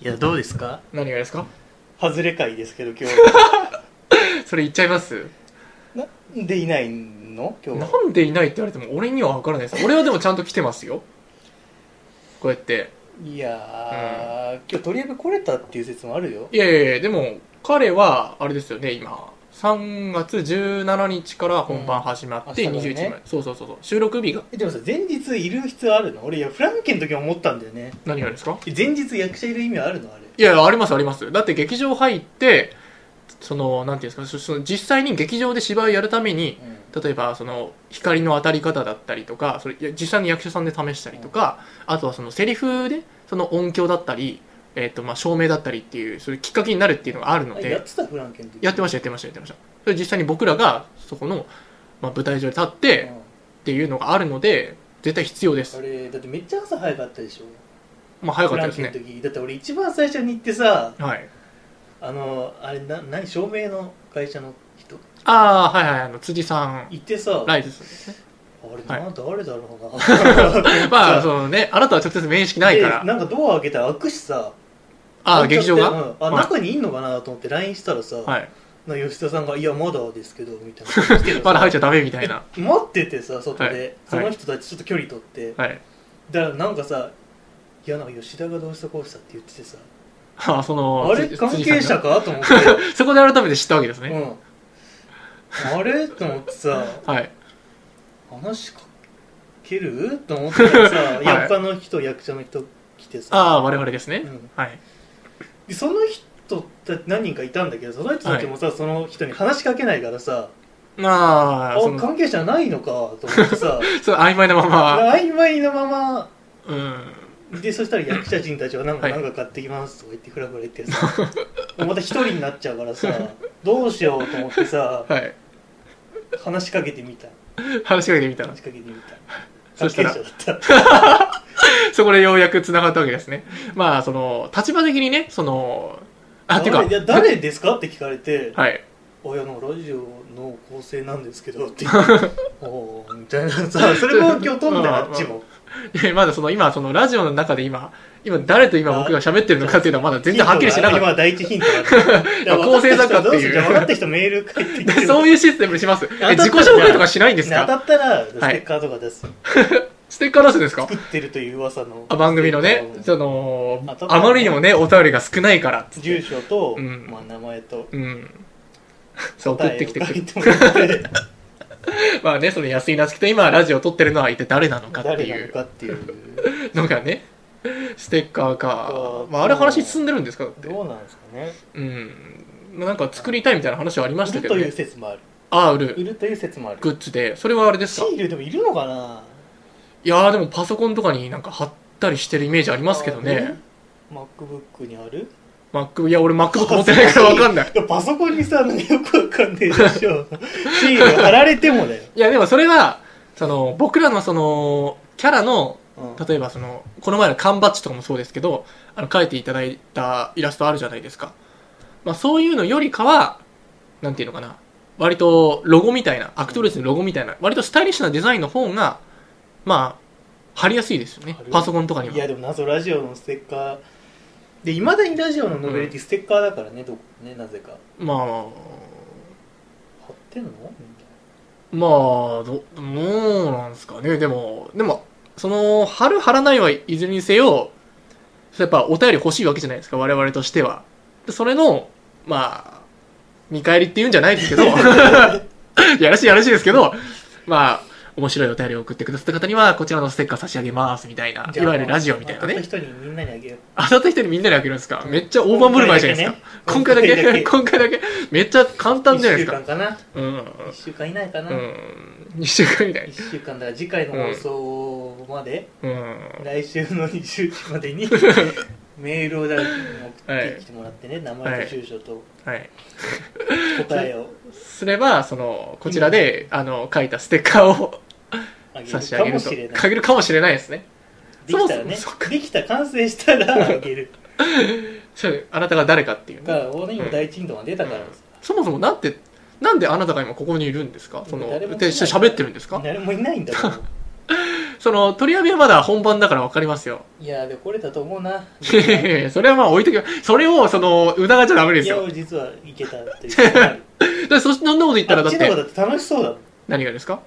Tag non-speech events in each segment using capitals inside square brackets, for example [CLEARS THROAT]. いやどうですか何がですか外れ会ですけど [LAUGHS] 今それ言っちゃいます日なんでいないの今日なはんでいないって言われても俺には分からないです俺はでもちゃんと来てますよこうやっていやー、今日とりあえず来れたっていう説もあるよいやいやいやでも彼はあれですよね今3月17日から本番始まってうん明日だ21よね日まで、そうそうそうそう収録日がえでもさ前日いる必要あるの俺いやフランケンの時も思ったんだよね何がですか前日役者いる意味あるのあれいやいやありますありますだって劇場入ってそのなんていうんですかそその実際に劇場で芝居をやるためにうん例えばその光の当たり方だったりとかそれいや実際に役者さんで試したりとか、あとはそのセリフでその音響だったり、えっとまあ照明だったりっていうそういうきっかけになるっていうのがあるのあでやってたフランケンの時やってまししたやってましたやってましたそれ実際に僕らがそこの、まあ、舞台上に立ってっていうのがあるので絶対必要ですあ、れだってめっちゃ朝早かったでしょまあ、早かフっラたンですケンのね時だって俺一番最初に行ってさはいあのあれな何照明の会社の人ああはいはいあの辻さん行ってさライズさんですねあれはいなん誰だろうな [LAUGHS] まあそのねあなたは直接面識ないかでらなんかドア開けたら開くしさああ開い劇ちゃっ場てが、うんあはい中にいんのかなと思って LINE したらさ、はいな吉田さんが「いやまだですけど」みたいな来 [LAUGHS] てるまだ入っちゃダメみたいな待っててさ外で、はいはいその人たちちょっと距離取って、はいだからなんかさ「いやなんか吉田がどうしたこうした」って言っててさあそのあれつ関係辻者さんがかと思って、そこで改めて知ったわけですう [LAUGHS] ね、ん、あれと思ってさはい話しかけると思って [LAUGHS] さ、いやっぱの人役者の人来てさああ我々ですね、うんはいでその人って何人かいたんだけどその人たちもさ、その人に話しかけないからさあああその関係者ないのかと思って [LAUGHS] さその曖昧なまま曖昧なままうんでそしたら役者陣たちはなんか「はいなんか買ってきます」とか言ってフラフラ言ってさまた一人になっちゃうから [LAUGHS] さどうしようと思ってさはい話しかけてみた話しかけてみたら話しかけてみたそ関した係ら者だったそこでようやく繋がったわけですね。まあ、その、立場的にね、その、あ、ていうか、いや誰ですかって聞かれてはい。親のラジオの構成なんですけどって言って [LAUGHS] おーみたいなさそれも今日飛んだよあっちもでまだその、今、その、ラジオの中で今、今、誰と今僕が喋ってるのかっていうのはまだ全然はっきりしてなかヒっントが今第一ヒントがあ [LAUGHS] るいや構成作家っていうじゃあ分かった人メール書いてきた。てそういうシステムにします。え、当たった自己紹介とかしないんですね当たかったらステッカーとか出す、ステッカー出すんですか作ってるという噂のあ番組のね、ステそッカーを当のたっ、たあまりにもね、お便りが少ないからっつって住所と、うんまあ、名前とうん。そう、送答ってえをき書てくれいてもらってまあね、その安井なつきと今、ラジオ撮ってるのは一体誰なのかって誰いなうの。かっていう [LAUGHS] のがねステッカーそかう、まあ、あれ話進んでるんですかだってどうなんですかねうんなんか作りたいみたいな話はありまし売たるけとどいうね説もあるああ売売るるという説もあるグッズでそれはあれですシかールでもいるのかないやーでもパソコンとかになんか貼ったりしてるイメージありますけどねあの MacBook にある Mac いや俺 MacBook 持ってないから分かんないいやパソコンにさなんかよくわかんないでし [LAUGHS] ょシール貼られてもだよ、いやでもそれはその僕らのそのキャラの例えばそのこの前の缶バッジとかもそうですけどあの描いていただいたイラストあるじゃないですか、まあ、そういうのよりかはなんていうのかな割とロゴみたいなアクトレスのロゴみたいな割とスタイリッシュなデザインの方がまあ貼りやすいですよね貼るパソコンとかにいやはでも謎ラジオのステッカーでいまだにラジオのノベリティステッカーだからね、どこねなぜかまあ貼ってんのみたいまあどどうなんですかねでもでもその貼る貼らないはいずれにせよやっぱお便り欲しいわけじゃないですか我々としてはでそれのまあ見返りって言うんじゃないです [LAUGHS] けどやらしいやらしいですけどまあ面白いお便りを送ってくださった方にはこちらのステッカー差し上げますみたいなないわゆるラジオみたいな当たっねた人にみんなにあげよう当たった人にみんなにあげるんですかめっちゃ大盤振る舞いじゃないですか今今回回だだけけね今回だけめっちゃ簡単じゃない1で週すか間かなうん1週間以内かな、うん2週間みたいな1週間だから次回の放送まで、うん来週の2週期まで [LAUGHS] にメールをだ送ってきてもらってね、名前と住所とはい、答えをすればそのこちらであの書いたステッカーを [LAUGHS] あげ差しるか上げもるとしれないかげるかもしれないですねできたらねそもそもそっかできた完成したらあげるそれあなたが誰かっていうねだから俺にも第一ヒントが出たからさ、そもそもなんてなんであなたが今ここにいるんですかその誰もいないでしゃ喋ってるんですか誰もいないんだもんその、取り上げはまだ本番だから分かりますよ。いやーでも来れたと思うないやいやい [LAUGHS] やそれはまあ置いときま、それを、その、促っちゃダメでいすやよ。俺実はいけたっていうのがあるだからそして、そんなこと言ったらあだっっちの方だて、って楽しそうだもん何がですか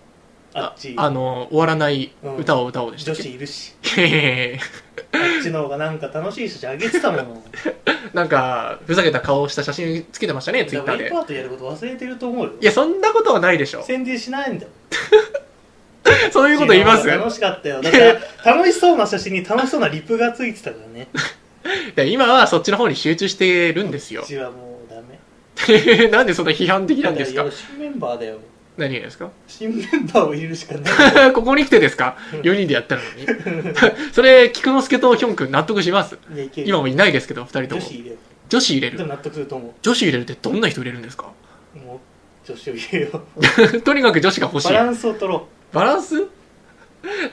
あっちあの、終わらない歌を歌おうでした女っけ、子いるしいやいやいやあっちの方がなんか楽しいしあげてたもの [LAUGHS] なんか、ふざけた顔をした写真つけてましたね、ツイッターイでパ。ートやること忘れてると思うよいや、そんなことはないでしょ。宣伝しないんだよそういうこと言います楽しかったよだから楽しそうな写真に楽しそうなリプがついてたからねで今はそっちの方に集中してるんですうよ。ちはもうダメなんでそんな批判的なんですだから新メンバーだよ何がですか [LAUGHS] 新メンバーを入れるしかないここに来てですか ?4 人でやったのに。 [LAUGHS] それ、菊之助とヒョン君納得します。いやいける今もいないですけど、2人女とも。子入れよ女子入れうでるも納得すると思女子入れるってどんな人入れるんですか [LAUGHS] うもう女子を入れようとにかく女子が欲しいバ。ランスを取ろバランス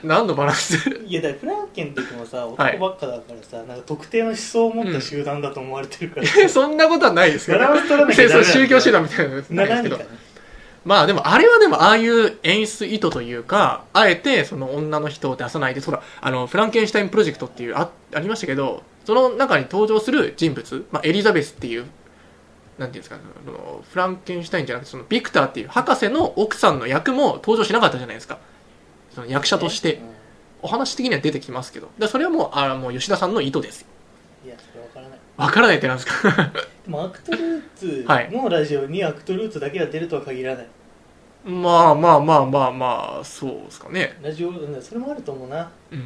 何のバランス [LAUGHS] ういやだからフランケンの時もさはい男ばっかだからさ、なんか特定の思想を持った集団だと思われてるから、えそんなことはないですバよ。ランス取らなきゃ戦ダメなん争だよ宗教集団みたいなのないです何けどかねまあでもあれはでもああいう演出意図というかあえてその女の人を出さないでそうだあのフランケンシュタインプロジェクトっていうあありましたけどその中に登場する人物、まあ、エリザベスっていうなんていうんですかそのフランケンシュタインじゃなくてそのビクターっていう博士の奥さんの役も登場しなかったじゃないですかその役者としてうんお話的には出てきますけどでそれはもうあもう吉田さんの意図ですよいやそれわからないわからないってなんですか [LAUGHS] でもアクトルーツはいのラジオにアクトルーツだけが出るとは限らない、まあまあまあまあまあそうですかねラジオうんそれもあると思うなうん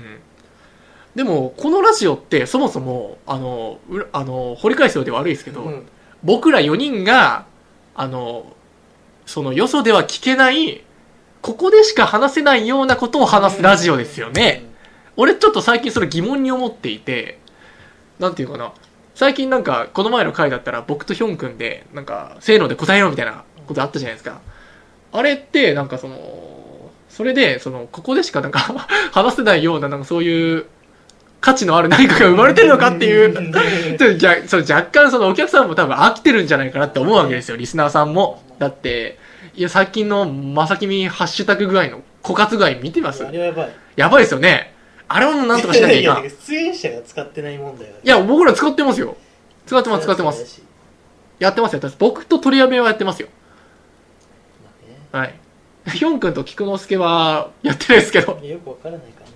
でもこのラジオってそもそもあのうらあの掘り返すようで悪いですけど、うん僕ら4人があのそのよそでは聞けないここでしか話せないようなことを話すラジオですよね、俺ちょっと最近それ疑問に思っていてなんていうかな最近なんかこの前の回だったら僕とヒョン君でなんかせーので答えようみたいなことあったじゃないですかあれってなんかそのそれでそのここでしかなんか [LAUGHS] 話せないようななんかそういう価値のある何かが生まれてるのかっていううんちょっとじゃその若干そのお客さんも多分飽きてるんじゃないかなって思うわけですよ、リスナーさんも。だって、いや、最近のまさきみハッシュタグ具合の枯渇具合見てますあれはやばいやばいですよね。あれはもうなんとかしなきゃいいけやないや。出演者が使ってないもんだよいや、僕ら使ってますよ。使ってます、使ってまそうだす。しやってます、やってます。僕と鳥谷部はやってますよ。まはい。ヒョン君と菊之助はやってないですけあど [LAUGHS] ね、いやよくわからないから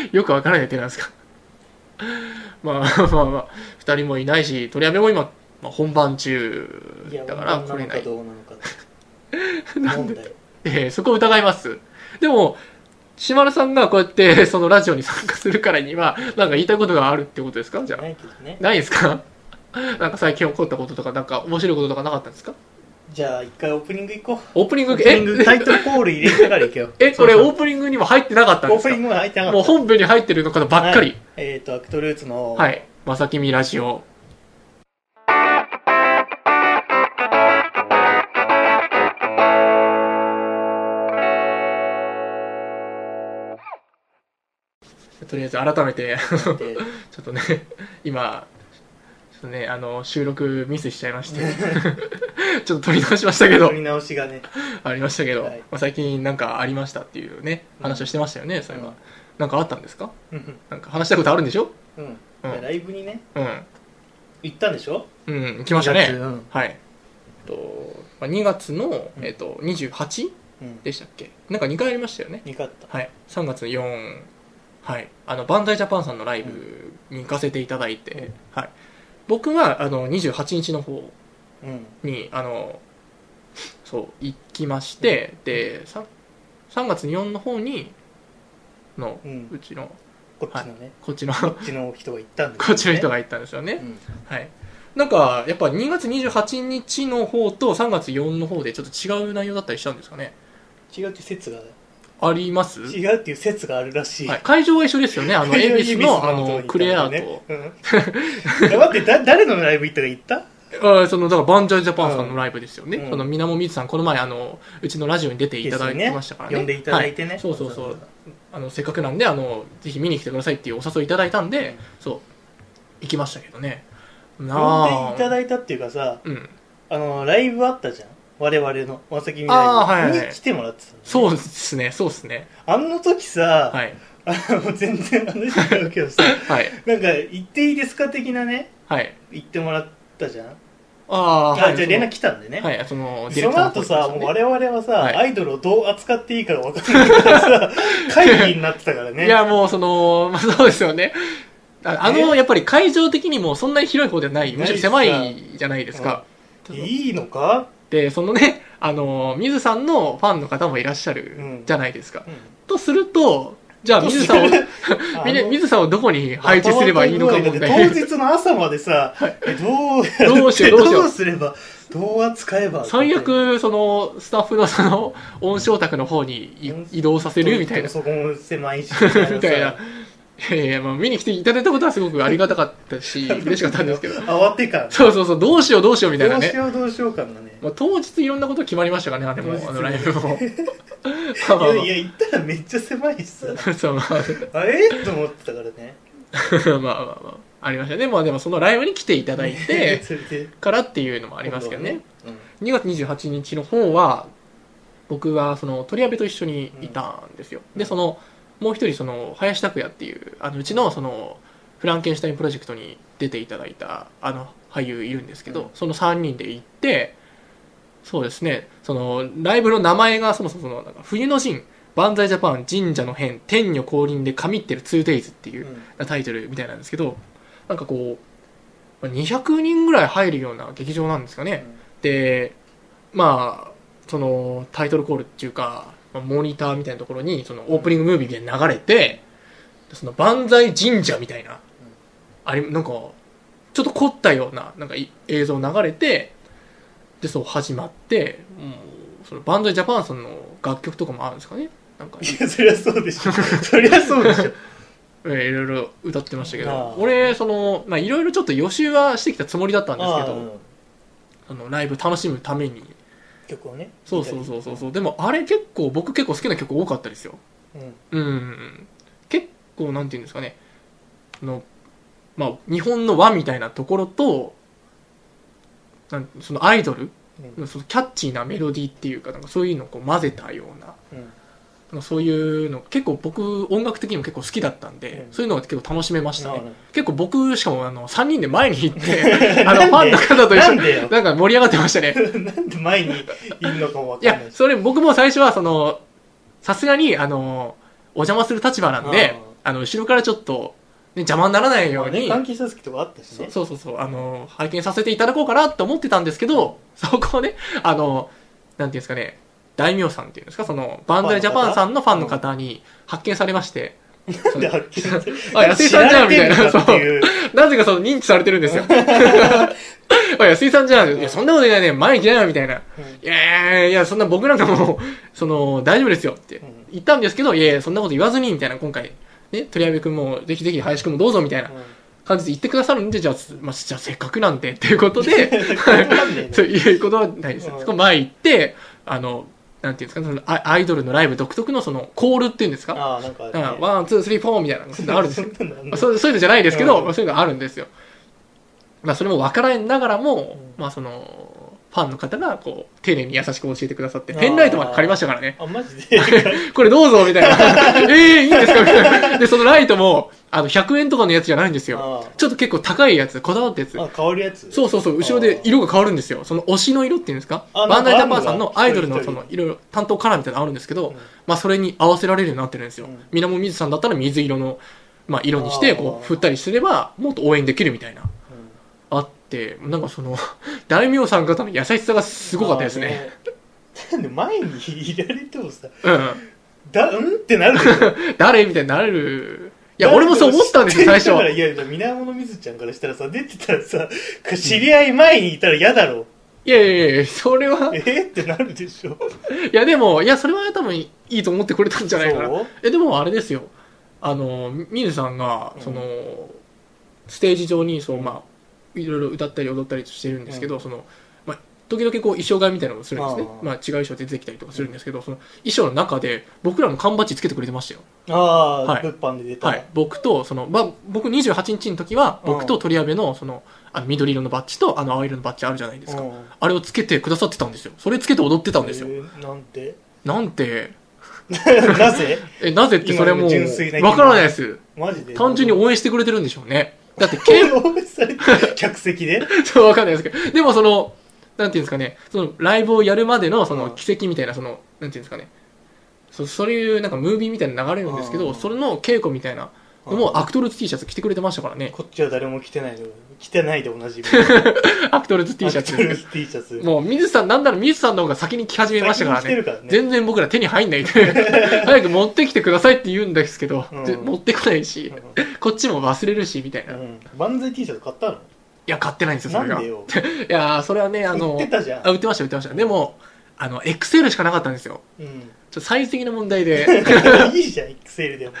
ねよくわからないってなんですか。まあまあまあ、二人もいないし、鳥谷部も今、まあ、本番中いやだから本来番なのれなかい。どうなのか [LAUGHS] って問題えーそこ疑います。でも、島田さんがこうやって、そのラジオに参加するからには、なんか言いたいことがあるってことですかじゃあ。ないけどねないですか [LAUGHS] なんか最近起こったこととか、なんか面白いこととかなかったんですかじゃあ一回オープニング行こオープニンうオグー、プニングタえ、イトルコール入れてから行けよえ、これオープニングにも入ってなかったんオでープすニかングは入ってなかったもう本編に入ってるのかとばっかはりい。えっ、とアクトルーツの、はい。まさきみラジオ。とりあえず改めて、でちょっとね、 [LAUGHS] 今、ちょっとね、あの、収録ミスしちゃいまして、 [LAUGHS] ちょっと取り直しましたけど [LAUGHS] 撮、り直しがねありましたけど、はいまあ、最近なんかありましたっていうね、話をしてましたよね、それうは。んなんかあったんですかうんなんか話したいことあるんでしょうんうんいやライブにねうん。行ったんでしょうん、行きましたね。二月うんはい。えっと、まあ、2月の、うんえっと、28うんでしたっけなんか2回ありましたよね。に勝ったはい。3月の4、はい。あの、バンダイジャパンさんのライブに行かせていただいて、うんはい。僕は、あの、28日の方うんに、あの、そう、行きまして、で、3, 3月の4の方に、の、ううんちの、こっちのねこっちの、こっちの人が行ったんですこっちの人がが行ったんですよね。うんはい。なんか、やっぱ2月28日の方と3月4の方でちょっと違う内容だったりしたんですかね違うっていう説がありますは違うっていう説があるらしい、い。会場は一緒ですよね。あの、いや恵比寿の、あ恵比の、寿クレアとこにと。行ったんだよねうん [LAUGHS] いや待ってだ誰のライブ行ったか言ったあその、だから、バンジャイジャパンさんのライブですよね。うんその、みなもみずさん、この前、あの、うちのラジオに出ていただいてましたからね。呼んでいただいてね、はそうそうそう。あの、せっかくなんで、あの、ぜひ見に来てくださいっていうお誘いいただいたんで、うんそう、行きましたけどね。な呼んでいたいだいたっていうかさうん。あのライブあったじゃん我々の川崎未あーはい来はいにはい来てもらってたのそうですね、そうですね。あの時さ、はい。 [LAUGHS] あの全然話違うけどさ [LAUGHS] はい。なんか行っていいですか的なねはい。言ってもらったじゃんあ、ああ、はいじゃあ連絡来たんでね、はい、その、その後さ、ディレクターの方ですねもう我々はさ、はいアイドルをどう扱っていいかが分からないからさ、 [LAUGHS] 会議になってたからね。いや、もうその、まあ、そうですよね。ああの、ねやっぱり会場的にもそんなに広い方ではない、むしろ狭ないいじゃないですか。いいのかで、そのね、 [LAUGHS] あの、水さんのファンの方もいらっしゃうるんじゃないですか。うんとすると、じゃあと水すさんをる、あ [LAUGHS] みねの水さんをどこに配置すればいいのか問題。当日の朝までさ、えどうやってどどううしようどうしようすれば、どう扱えば。最悪、その、スタッフのその、音唱卓の方にいうん移動させるみたいな。そこも狭いし、 [LAUGHS] みたいな。いやいや、まあ、見に来ていただいたことはすごくありがたかっ [LAUGHS] たし、嬉しかったんですけど。慌て感。そうそうそう、どうしようどうしようみたいどなうねし。ようどうしよう感がね。まあ、当日いろんなこと決まりましたからね、あれも当、日あのラ [LAUGHS] イブも。 [LAUGHS] いやいや、行ったらめっちゃ狭いし [LAUGHS] さ、そう、まあ、あえと思ってたからね。 [LAUGHS] まあまあまあ、ありましたね。まあでもそのライブに来ていただい [LAUGHS] てそれで、からっていうのもありますけどね。今度はね。 2月28日の方は、僕はその鳥矢部と一緒にいたんですよ。うんで、その、もう一人その、林拓也っていう、あの、うちのその、フランケンシュタインプロジェクトに出ていただいた、あの、俳優いるんですけうど、んその3人で行って、そうですね、その、ライブの名前がそもそもその、なんか冬の陣、万歳ジャパン神社の変、天女降臨で神ってる 2days っていううんうんタイトルみたいなんですけど、なんかこう、まあ200人ぐらい入るような劇場なんですかね。でまあそのタイトルコールっていうかまあモニターみたいなところにそのオープニングムービーで流れて、その万歳神社みたいな、あれなんかちょっと凝ったようななんかい映像流れてでそう始まってもうその万歳ジャパンさんの楽曲とかもあるんですかねなんかいいや、そりゃそうで [LAUGHS] しょ。そりゃそうでしょ。えーいろいろ歌ってましたけあどー俺そのまあいろいろちょっと予習はしてきたつもりだったんですけああど、うんあのライブ楽しむために曲をね。そうそうそうそうそうでもあれ結構僕結構好きな曲多かったですようん。うん結構なんていうんですかねあのまあ日本の和みたいなところとなんそのアイドルうんのそのキャッチーなメロディーっていうかなんかそういうのをこう混ぜたようなうんなんかそういうの結構僕音楽的にも結構好きだったんで、うんそういうのが結構楽しめましたなるねほど結構僕しかもあの3人で前に行って [LAUGHS] あのなんでファンの方と一緒なんでよ [LAUGHS] なんか盛り上がってましたねなんで前にいるのかもわいかんやな、いし。それ僕も最初はその、さすがに、あの、お邪魔する立場なんで、あの、後ろからちょっと、ね、邪魔にならないよまうあねに、関係者好きとかあったしそね。そうそうそう、あの、拝見させていただこうかなと思ってたんですけど、そこをね、あの、なんていうんですかね、大名さんっていうんですか、その、バンダイジャパンさんのファンの方に発見されまして、なんで発見されあ安井さんじゃんみたいな知られてんのかっていう。なぜかその認知されてるん [LAUGHS] ですよ。おい安井さんじゃん、いや、そんなこと言わないね、前に来なよ、みたいな。いやいやいや、そんな僕なんかもう、その、大丈夫ですよってうん言ったんですけど、いやいや、そんなこと言わずに、みたいな、今回、ね、鳥谷部君も、ぜひぜひ林君もどうぞ、みたいなうんうん感じで言ってくださるんで、じゃあ、つまあ、じゃあせっかくなんで、っていうことで、 [LAUGHS] わかんねえなそういうことはないですよ。うんそこ前行って、あの、なんていうんですかね、そのアアイドルのライブ独特のその、コールっていうんですかああ、なんかあるうねんワン、ツー、スリー、フォーみたいなのがあるんですよ。そんなのあんのそうそういうのじゃないですけど、うんまあそういうのがあるんですよ。まあ、それも分からながらも、うんまあ、その、ファンの方が、こう、丁寧に優しく教えてくださって、あーペンライトまで借りましたからね。あ、マジで。これどうぞみたい [LAUGHS] な。ええいいんですかみたいな。で、そのライトも、あの、100円とかのやつじゃないんですよ。あちょっと結構高いやつ、こだわったやつあ、。あ香るやつそうそうそう、後ろで色が変わるんですよ。その推しの色っていうんですかあバンダイジャパンさなんんのかアあイるんだドルの一そ人一人のいろいろ担当カラーみたいなのあるんですけど、うんまあそれに合わせられるようになってるんですよ。うん水面水さんだったら水色の、まあ色にして、こうあー振ったりすればもっと応援できるみたいな。うんあって、なんかその、 [LAUGHS] 大名さん方の優しさがすごかったですね。ああね。なんで前にいられてもさ、うん。だ、うんってなるでしょ誰みたいになる。 [LAUGHS] いや、俺もそう思ったんですよ、最初だからは。いや、水物みずちゃんからしたらさ、出てたらさ、知り合い前にいたら嫌だろ。いやいやいや、それは、いえーってなるでしょ。やでも、いや、それは多分いいと思ってくれたんじゃないかな。そうえ、でもあれですよ。あの、ミネさんがう、んその、ステージ上に、そう、まあ、いろいろ歌ったり踊ったりしてるんですけど、その、まあ、時々こう衣装替えみたいなのをするんですねあ。ーまあ、違う衣装出てきたりとかするんですけど、その衣装の中で、僕らの缶バッジつけてくれてましたよ。ああ、はい物販で出た。はい、僕とその、まあ、僕28日の時は僕と鳥矢部のそのあの緑色のバッジとあの青色のバッジあるじゃないですか、うんあれをつけてくださってたんですよそれつけて踊ってたんですよ、えーなんて [LAUGHS] なんてなぜえなぜってそれも今の純粋なわからないですマジで単純に応応援してくれてるんでしょうねだってけん援されて [LAUGHS] 客席で [LAUGHS] そうわかんないですけどでもそのなんていうんですかねそのライブをやるまでのそうのん奇跡みたいなそのなんていうんですかねそそういうなんかムービーみたいなの流れるんですけうどんそれの稽古みたいなのもアクトルズ T シャツ着てくれてましたからねこっちは誰も来てないで来てないで同じみアクトルズ T シャツですけど T シャツもう水さんなんなら水さんの方が先に着始めましたから最近来 [LAUGHS] てねるからね全然僕ら手に入んないんで [LAUGHS] 早く持ってきてくださいって言うんですけど、うんで持ってこないしこっちも忘れるしみたいな、ういん万歳 T シャツ買ったのや買ってないんですよそれながんでいよやーそれは [LAUGHS] ねあの売ってたじゃあん売ってました売ってましたでもあのエクセルしかなかったんですようん [LAUGHS] ちょっとサイズ的な問題でいいじゃん XL でも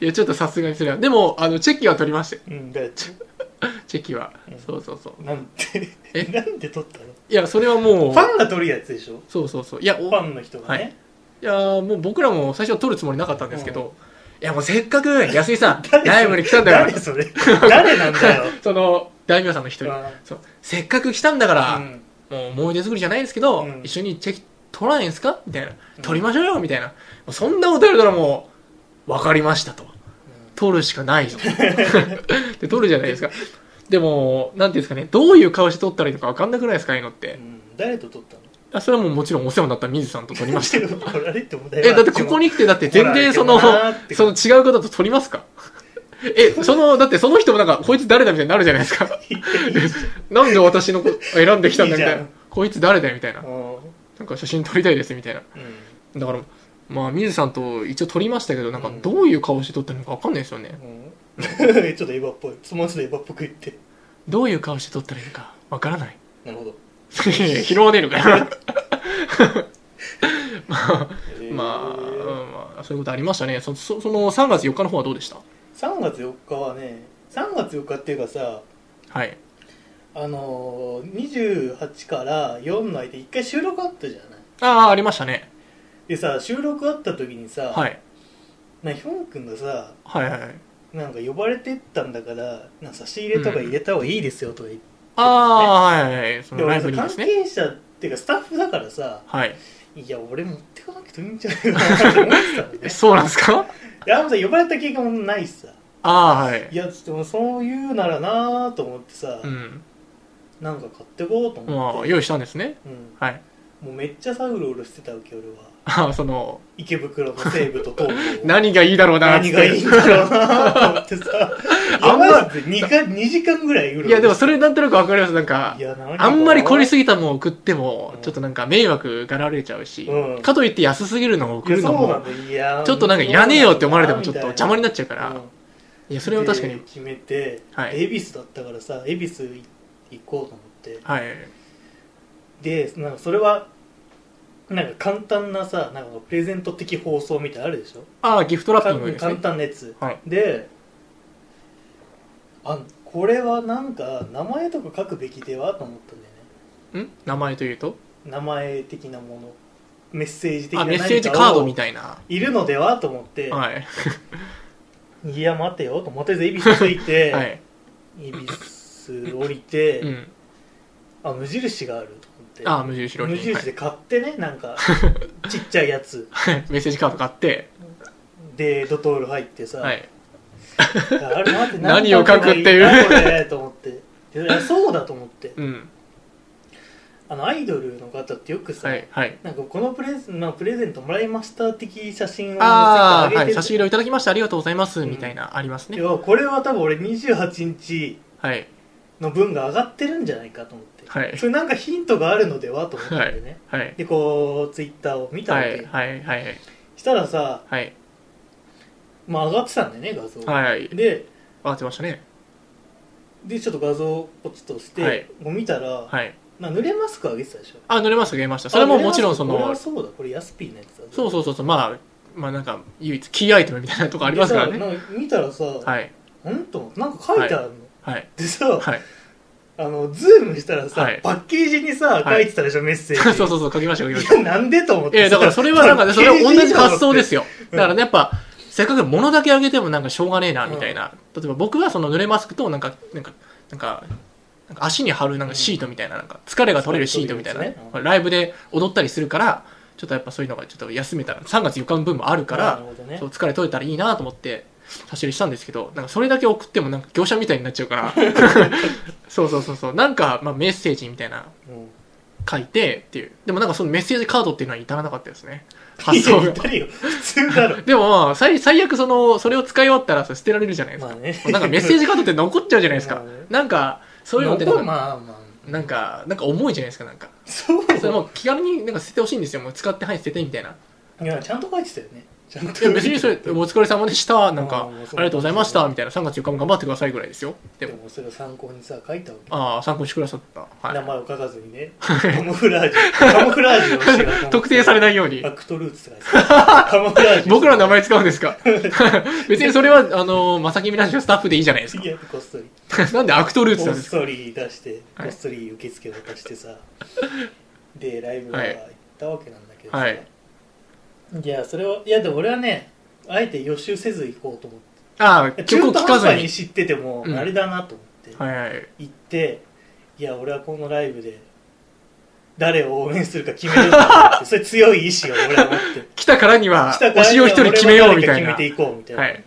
いやちょっとさすがにそれはでもあのチェキは取りましてうんだからチェキは、うんそうそうそうなんえてなんで撮ったのいやそれはもうファンが撮るやつでしょそうそうそういやおファンの人がねいやーもう僕らも最初は撮るつもりなかったんですけど、いやもうせっかく安井さん [LAUGHS] 誰ライブに来たんだから誰それ誰なんだよその大名さんの一人あ [LAUGHS] そうせっかく来たんだから、うんもう思い出作りじゃないですけど、うん一緒にチェキ撮らないんですかみたいなうん撮りましょうよみたいな、もうそんなことやるたらもう分かりましたと撮るし [LAUGHS] かないよで撮るじゃないですかでもなんていうんですかねどういう顔して撮ったらいいのか分かんなくないですかああいうのっうて、ん誰と撮った [LAUGHS] のあそれはもうもちろんお世話になった水さんと撮り [LAUGHS] ましたよあれって思ったよえだってここに来てだって全然そのほらでもなーってその違う方と撮りますかえ [LAUGHS] そのだってその人もなんかこいつ誰だみたいになるじゃないですかなんで私のこと選んできたんだみたいいいじゃなんこいつ誰だよみたいなうんなんか写真撮りたいですみたいなうだからまあ水さんと一応撮りましたけどなんかうんどういう顔して撮ってるのか分かんないですよね、ん [LAUGHS] ちょっとエヴァっぽいそのちょっとエヴァっぽく言ってどういう顔して撮ったらいいのか分からないなるほど、 [LAUGHS] 拾わねえのか [LAUGHS] よまあ、えーまあうんまあそういうことありましたねそそその3月4日の方はどうでした3月4日はね3月4日っていうかさはいあのー、28から4の間一回収録あったじゃないああありましたね、でさ収録あった時にさ、はい、なヒョン君がさはいはいはいなんか呼ばれてったんだからなんか差し入れとか入れた方がいいですよとか言って、ああ、はいはいそでのラ俺イさブにで関すね係者っていうかスタッフだからさはいいや俺持ってかなくてもいいんじゃないかなって思ってたのね [LAUGHS] えそうなんですかであんまさ呼ばれた経験もないしさああはいいやちょっともうそういうならなーと思ってさ、うんなんか買ってこうと思まっあて、用意したんですねうん、はいもうめっちゃサウロールしてたわけ俺はああその池袋の西部と東部を [LAUGHS] 何がいいだろうなっつ何ってがいいんだろうなと思って [LAUGHS] さあんまやばいっすね 2, か2時間ぐらいうろうろいやでもそれなんとなくわかりますなんかいや何あんまり凝りすぎぎたもん送ってもうんちょっとなんか迷惑がられちゃうし、うんかといって安すぎるのを送るのそうなもんだいやちょっとなんかいらねえよって思われてもちょっと邪魔になるなっちゃうか、からいやそれは確かに決めて、はい恵比寿だったからさ恵比寿行こうと思ってはいでなんかそれはなんか簡単なさなんかプレゼント的放送みたいなのあるでしょああギフトラッピングです簡ね単なやつ、はいであこれはなんか名前とか書くべきではと思ったんだよねん名前というと名前的なものメッセージ的なあメッセージカードみたたいないるのではと思って、はいい、や待てよと [LAUGHS] 思ってず恵比寿着いて、はい恵比寿降りて、うんあ無印があると思ってああ無印良品無印で買ってねなん [LAUGHS] かちっちゃいやつはいメッセージカード買ってでドトール入ってさ、はいあれ [LAUGHS] 待って何を書くっていう何書けばいいんだこれと思ってでいやそうだと思ってうんあのアイドルの方ってよくさ、はいはいなんかこのプレゼ,、まあ、プレゼントもらいました的写真をああツイッター上げはいて差し入れをいただきましてありがとうございますうんみたいなありますねいやこれは多分俺28日はいの分が上がってるんじゃないかと思って、はいそれなんかヒントがあるのではと思ってね、はいでこうツイッターを見たわはけ、いはいはいしたらさ、はいまあ、上がってたんだよね画像、はいでわかってましたねでちょっと画像をポチッと押して、はいもう見たら、はいまあ、濡れマスク上げてたでしょあ乗れました乗れましたそれももちろんそこれはのそうだこれヤスピーのやつだそうそううそうそうまあまあなんか唯一キーアイテムみたいなとこありますからねなんか見たらさ、はいうんと思ってなんか書いてあるの、はいでさ、はいあのズームしたらさ、はいパッケージにさは書いいてた [LAUGHS] でしょ、メッセージ [LAUGHS] そうそうそう書きました書きましたいやなんでと思ってええだからそれはなんか [LAUGHS] ね、それは同じ発想ですよよ。だからね、やっぱ、せっかく物だけあげてもなんかしょうがねえな、みたいな。例えば僕はその濡れマスクとなんか、なんか、なんかなんか足に貼るなんかシートみたいななんか疲れが取れるシートみたいな、そうねそういうやつねうんライブで踊ったりするからちょっとやっぱそういうのがちょっと休めたら3月4日の分もあるかならる、ほどねそう疲れ取れたらいいなと思って差し入れしたんですけどなんかそれだけ送ってもなんか業者みたいになっちゃうから [LAUGHS] そうそうそうそうなんか、まあ、メッセージみたいなうん書いてっていうでもなんかそのメッセージカードっていうのは至らなかったですね発想いやが至るよ普通 [LAUGHS] だろでもまあ最最悪そのそれを使い終わったらそれ捨てられるじゃないですか、まあねなんかメッセージカードって残っちゃうじゃないですか、まあねなんかそういうのってなんか,、まあまあなんかなんか重いじゃないですかなんかそうそれもう気軽になんか捨ててほしいんですよもう使ってはい捨ててみたいないやちゃんと書いてたよねちゃんといや別にそれ「お疲れ様でした」なんあかーもう「そうありがとうございました」みたいな「3月4日も頑張ってください」ぐらいですよででももそれを参考にさ書いたわけああ参考にしてくださった、は名い、前を書かずにねカモフラージュカモフラージュをしようと思って [LAUGHS] 特定されないようにアクトルーツって書いてたカモフラージュ僕らの名前使うんで [LAUGHS] すか別にそれはあのーまさきみラジオスタッフでいいじゃないです [LAUGHS] いやこっそりかなんでアクトルーツこなっんですかそり出してはこいっそり受付渡して [LAUGHS] さでライブはは行いったわけなんだけどさ、はいいやそれはいやでも俺はねあえて予習せず行こうと思っああて曲を中聴途か半ず端にに知っててもうんあれだなと思って、はいはい行っていや俺はこのライブで誰を応援するか決めるんだ [LAUGHS] ってそれ強い意志を俺は持って来たからには下から推しを一人決めようみたい俺は誰か決なめていこうみたいな、はい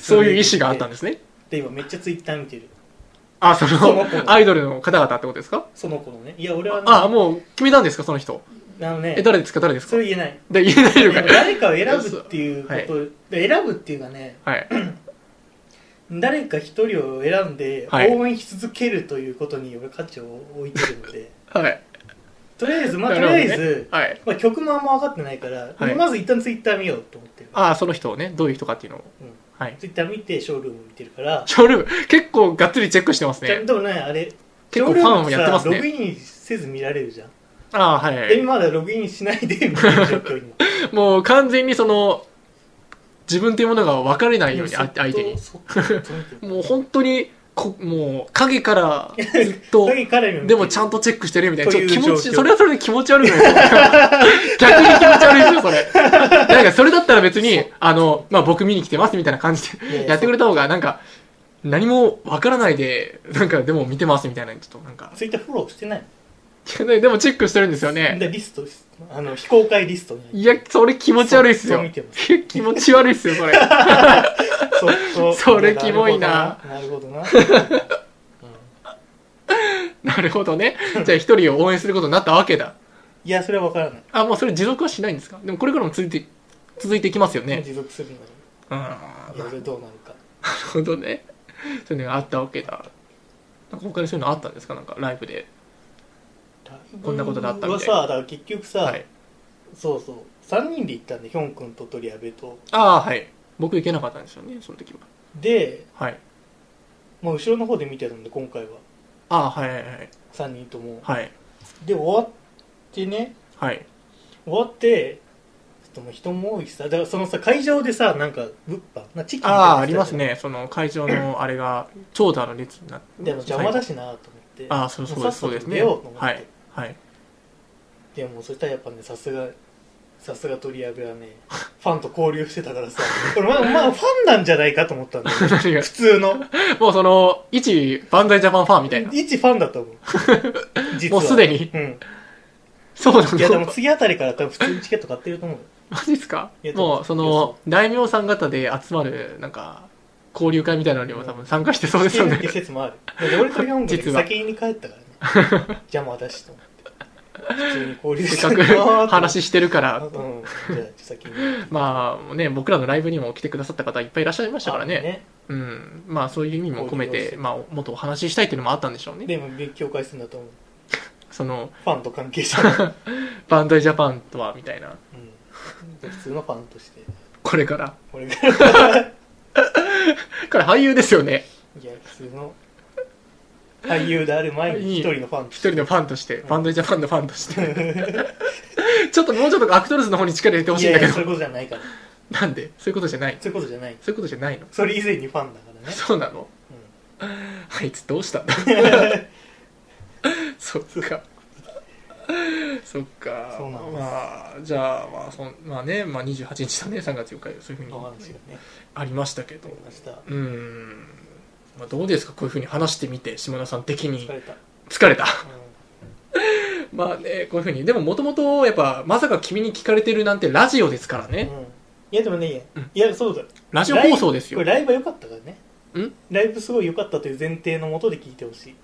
そういう意思があったんですねで今めっちゃツイッター見てるあそその子ののアイドルの方々ってことですかその子のねいや俺はねああもう決めたんですかその人あのねえ誰ですか誰ですそかれ言えないで言えないのでかも [LAUGHS] 誰かを選ぶっていうこはいと、で選ぶっていうかねはい誰か一人を選んではい応援し続けるということに俺価値を置いてるの [LAUGHS] で、はいとりあえずまあなとるりほあどねえず、はいまあ、曲もあんま分かってないから、はいまず一旦ツイッター見ようと思ってるああその人をねどういう人かっていうのをうんはいツイッター見てショールーム見てるから、ショールーム結構がっつりチェックしてますちゃねんとねあれ結構ショールームファンもやってますねさログインせず見られるじゃん、ああはいはでいまだログインしないで見てる状 [LAUGHS] 況にもう完全にその自分というものが分かれないようにそっあと相手にそっと見てるもう本当にこもう影からずっと [LAUGHS] 影から見るでもちゃんとチェックしてるみたいな。ちといょっうと気持ち、状況それはそれで気持ち悪いのよ。 [LAUGHS] 逆に気持ち悪いでしょ、それ。なんか、それだったら別に、あの、まあ、僕見に来てますみたいな感じいやいで、ややってくれた方が、なんか、何もわからないで、なんか、でも見てますみたいな、ちょっとなんか。 [LAUGHS] ツイッターフォローしてないでもチェックしてるんですよね。でリストですあの非公開リストにいや、それ気持ち悪いっすそよ。うい見てまや [LAUGHS] 気持ち悪いっすよ、それ。 [LAUGHS] そっとそれキモいななるほどななるほどな、うんなるほどね。じゃあ、一人を応援することになったわけだ。いやそれは分からない、あ、もうそれ持続はしないんですかでも、これからも続いて、続いていきますよね。持続するのにうん。いや俺どうなるかなるほどね。そういうのがあったわけだ。なんか他にそういうのあったんですかなんかライブで。こんなことだったみたいはさだから結局さ、はい。そうそう3人で行ったんでヒョン君と鳥矢部とああー、はい。僕行けなかったんですよね、その時は。で、はい。まあ、後ろの方で見てたんで今回はああ、はいはいはい。 3人ともはい。で終わってねはい。終わってちょっともう人も多いしさだからそのさ会場でさなんか物販なチキンみたいあなのあ、売あってりたじゃんますね。その会 [CLEARS THROAT] 場のあれが、長蛇の列になって。でも邪魔だしなと思ってああ、そうそうです。そうですね。もうさっさと出ようと思って、はい。はい。 [LAUGHS] でもそしたらやっぱねさすがさすが鳥矢部はねファンと交流してたからさ俺まあ [LAUGHS] まあファンなんじゃないかと思ったんだよ [LAUGHS] 何が普通のもうその、一、万歳ジャパンファンみたいな。一ファンだと思う実はもうすでにうんそうないやでもの次あたりから多分普通にチケット買ってると思うよマジっすかいやでももう、その、大名さん方で集まる、なんか、交流会みたいなのにも多分参加してそうですよってねいう。説もあるだって俺と日本語で [LAUGHS] 実は先に帰った [LAUGHS] からね邪魔だしと思って普通に交流せっしかてくた話してるかうらん、じゃあ先にまあね、僕らのライブにも来てくださった方いっぱいいらっしゃいましたからね。うん。まあそういう意味も込めて、まあもっとお話ししたいっていうのもあったんでしょうね。でも勉強会するんだと思うその、ファンと関係 [LAUGHS] 者の、バンダイジャパンとは、みたいな。うん、普通のファンとしてこれから。俺が彼俳優ですよね。いや普通の俳優である前に一人のファンと一して人のファンとして、バンダイジャパンのファンとして。 [LAUGHS] ちょっともうちょっとアクトレスの方に力入れてほいしいんやだいけやそういどう。ことじゃないからなんでそういうことじゃない。そういうことじゃないそういうことじゃないの。それ以前にファンだからねそうなのうんあいつどうした [LAUGHS] んだそっかそっかそうなんですまあじゃあまあそんまあね、まあ、28日だね3月4日そういうふうにお話がねありましたけどありましたうーんまあ、どうですかこういうふうに話してみて島田さん的に疲れた、うん、疲れたまあねこういうふうにでももともとやっぱまさか君に聞かれてるなんてラジオですからねうんいやでもね、いやそうだラジオ放送ですこれよライブは良かったからねんライブすごい良かったという前提のもとで聞いてほしい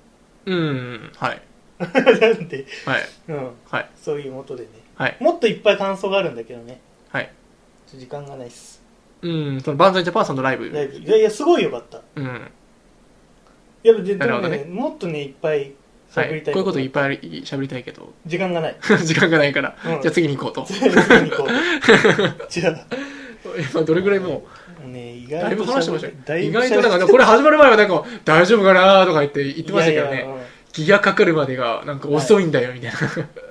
[LAUGHS] うんはいなんで、はいうん、はいそういうもとでねはいもっといっぱい感想があるんだけどねはいちょっと時間がないっすうんそのバンザイジャパンさんのライブライブいやいやすごい良かったうんいやででなるもほどねねもっとねいっぱいは喋いりたいこういうこといっぱい喋りたいけど [LAUGHS] 時間がない時間がないから、うんじゃあ次に行こうと [LAUGHS] 次に行こうじゃあ今どれぐらいももうね意う外だいぶと話してましたよだい意ぶ喋外となんかねこれ始まる前はなんか大丈夫かなとか言って言ってましたけどねいやいやうんギアかかるまでがなんか遅いんだよみたいな、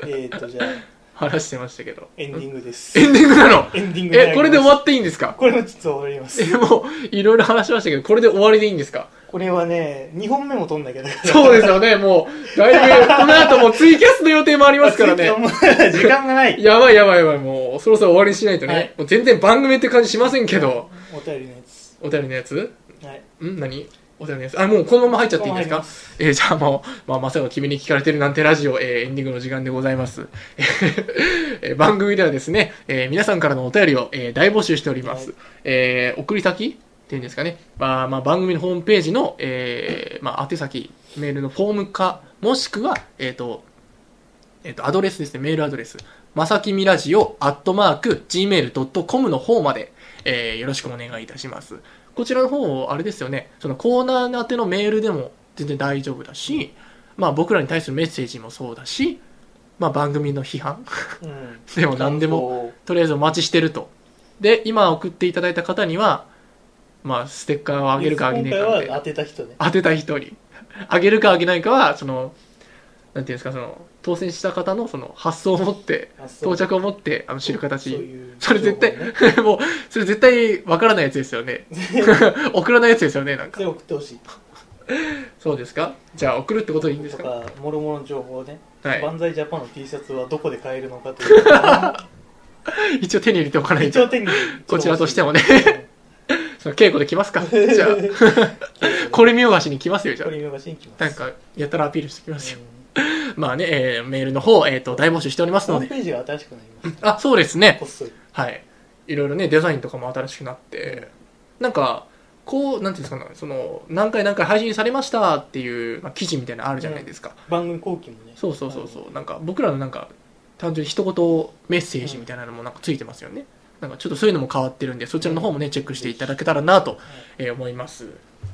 えー、っとじゃあ [LAUGHS] 話してましたけどエンディングですエンディングなのエンディングになりまえすこれで終わっていいんですかこれもちょっと終わりますえもういろいろ話しましたけどこれで終わりでいいんですかこれはね2本目も撮んなきゃだから [LAUGHS] そうですよねもうだいぶこの後もうツイキャスの予定も [LAUGHS] ありますからねあ次 [LAUGHS] 時間がないやばいやばいやばいもうそろそろ終わりにしないとね、はいもう全然番組って感じしませんけどお便りのやつお便りのやつはいん何お便りのやつあもうこのまま入っちゃっていいんですこのまま入りまかえーじゃあもう、まあ、まさか君に聞かれてるなんてラジオ、えーエンディングの時間でございます、 [LAUGHS] えー番組ではですね、えー皆さんからのお便りを、えー大募集しております、はえー送り先っていうんですかね、まあまあ、番組のホームページの、えーまあ、宛先メールのフォームかもしくは、えっとえっとアドレスですねメールアドレスまさきみラジオアットマーク gmail.com の方まで、えーよろしくお願いいたしますこちらの方あれですよねそのコーナー宛てのメールでも全然大丈夫だし、まあ、僕らに対するメッセージもそうだし、まあ、番組の批判うんでも何でももとりあえずお待ちしてるとで今送っていただいた方には、まあ、ステッカーをあげるかあげない今かみたい回なは当てた人ね当てた人にあげるかあげないかはそのなんていうんですかその当選した方のその発想を持ってあそう到着を持ってあの知る形そういうそれ絶対、情報ね [LAUGHS] もうそれ絶対わからないやつです [LAUGHS] よね送らないやつですよねなんそかれ送ってほしいそうですかじゃあ送るってことでいいんですとかかもろもろの情報ねは万歳ジャパンの T シャツはどこで買えるのかというい [LAUGHS] 一応手に入れておかない一と応手にこちらとしてもねその稽古で [LAUGHS] 来ますかじゃあここれ見よがしに来ますよじゃれあ見逃しに来ますなんかやたらアピールしてきますようんまあね、えーメールの方、えー、と大募集しておりますホーのムでページが新しくなりますあそうですねこっそりはいいろいろねデザインとかも新しくなってなんかこうなんていうんですかねその何回何回配信されましたっていう、まあ、記事みたいなのあるじゃないですか、番組後期もねそうそうそうそうなんか僕らのなんか単純に一言メッセージみたいなのもなんかついてますよね、なんかちょっとそういうのも変わってるんでそちらの方もねチェックしていただけたらなと、えー思います、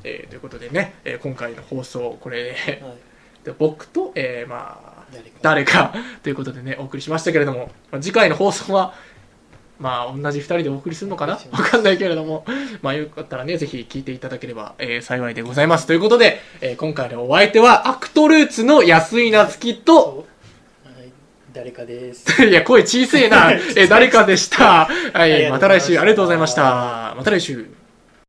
えーということでね、えー今回の放送これではいで僕と、えーまあ誰か誰か [LAUGHS] ということでねお送りしましたけれども、まあ、次回の放送はまあ同じ2人でお送りするのかなお送りしまわかんないけれどもまあよかったらねぜひ聞いていただければ、えー幸いでございますということで、えー今回のお相手はアクトルーツの安井なつきと [LAUGHS] そうはい誰かですいや、 [LAUGHS] 声小せえな。え、誰かでした。はありがとうございましたい、また来週、ありがとうございました。また来週。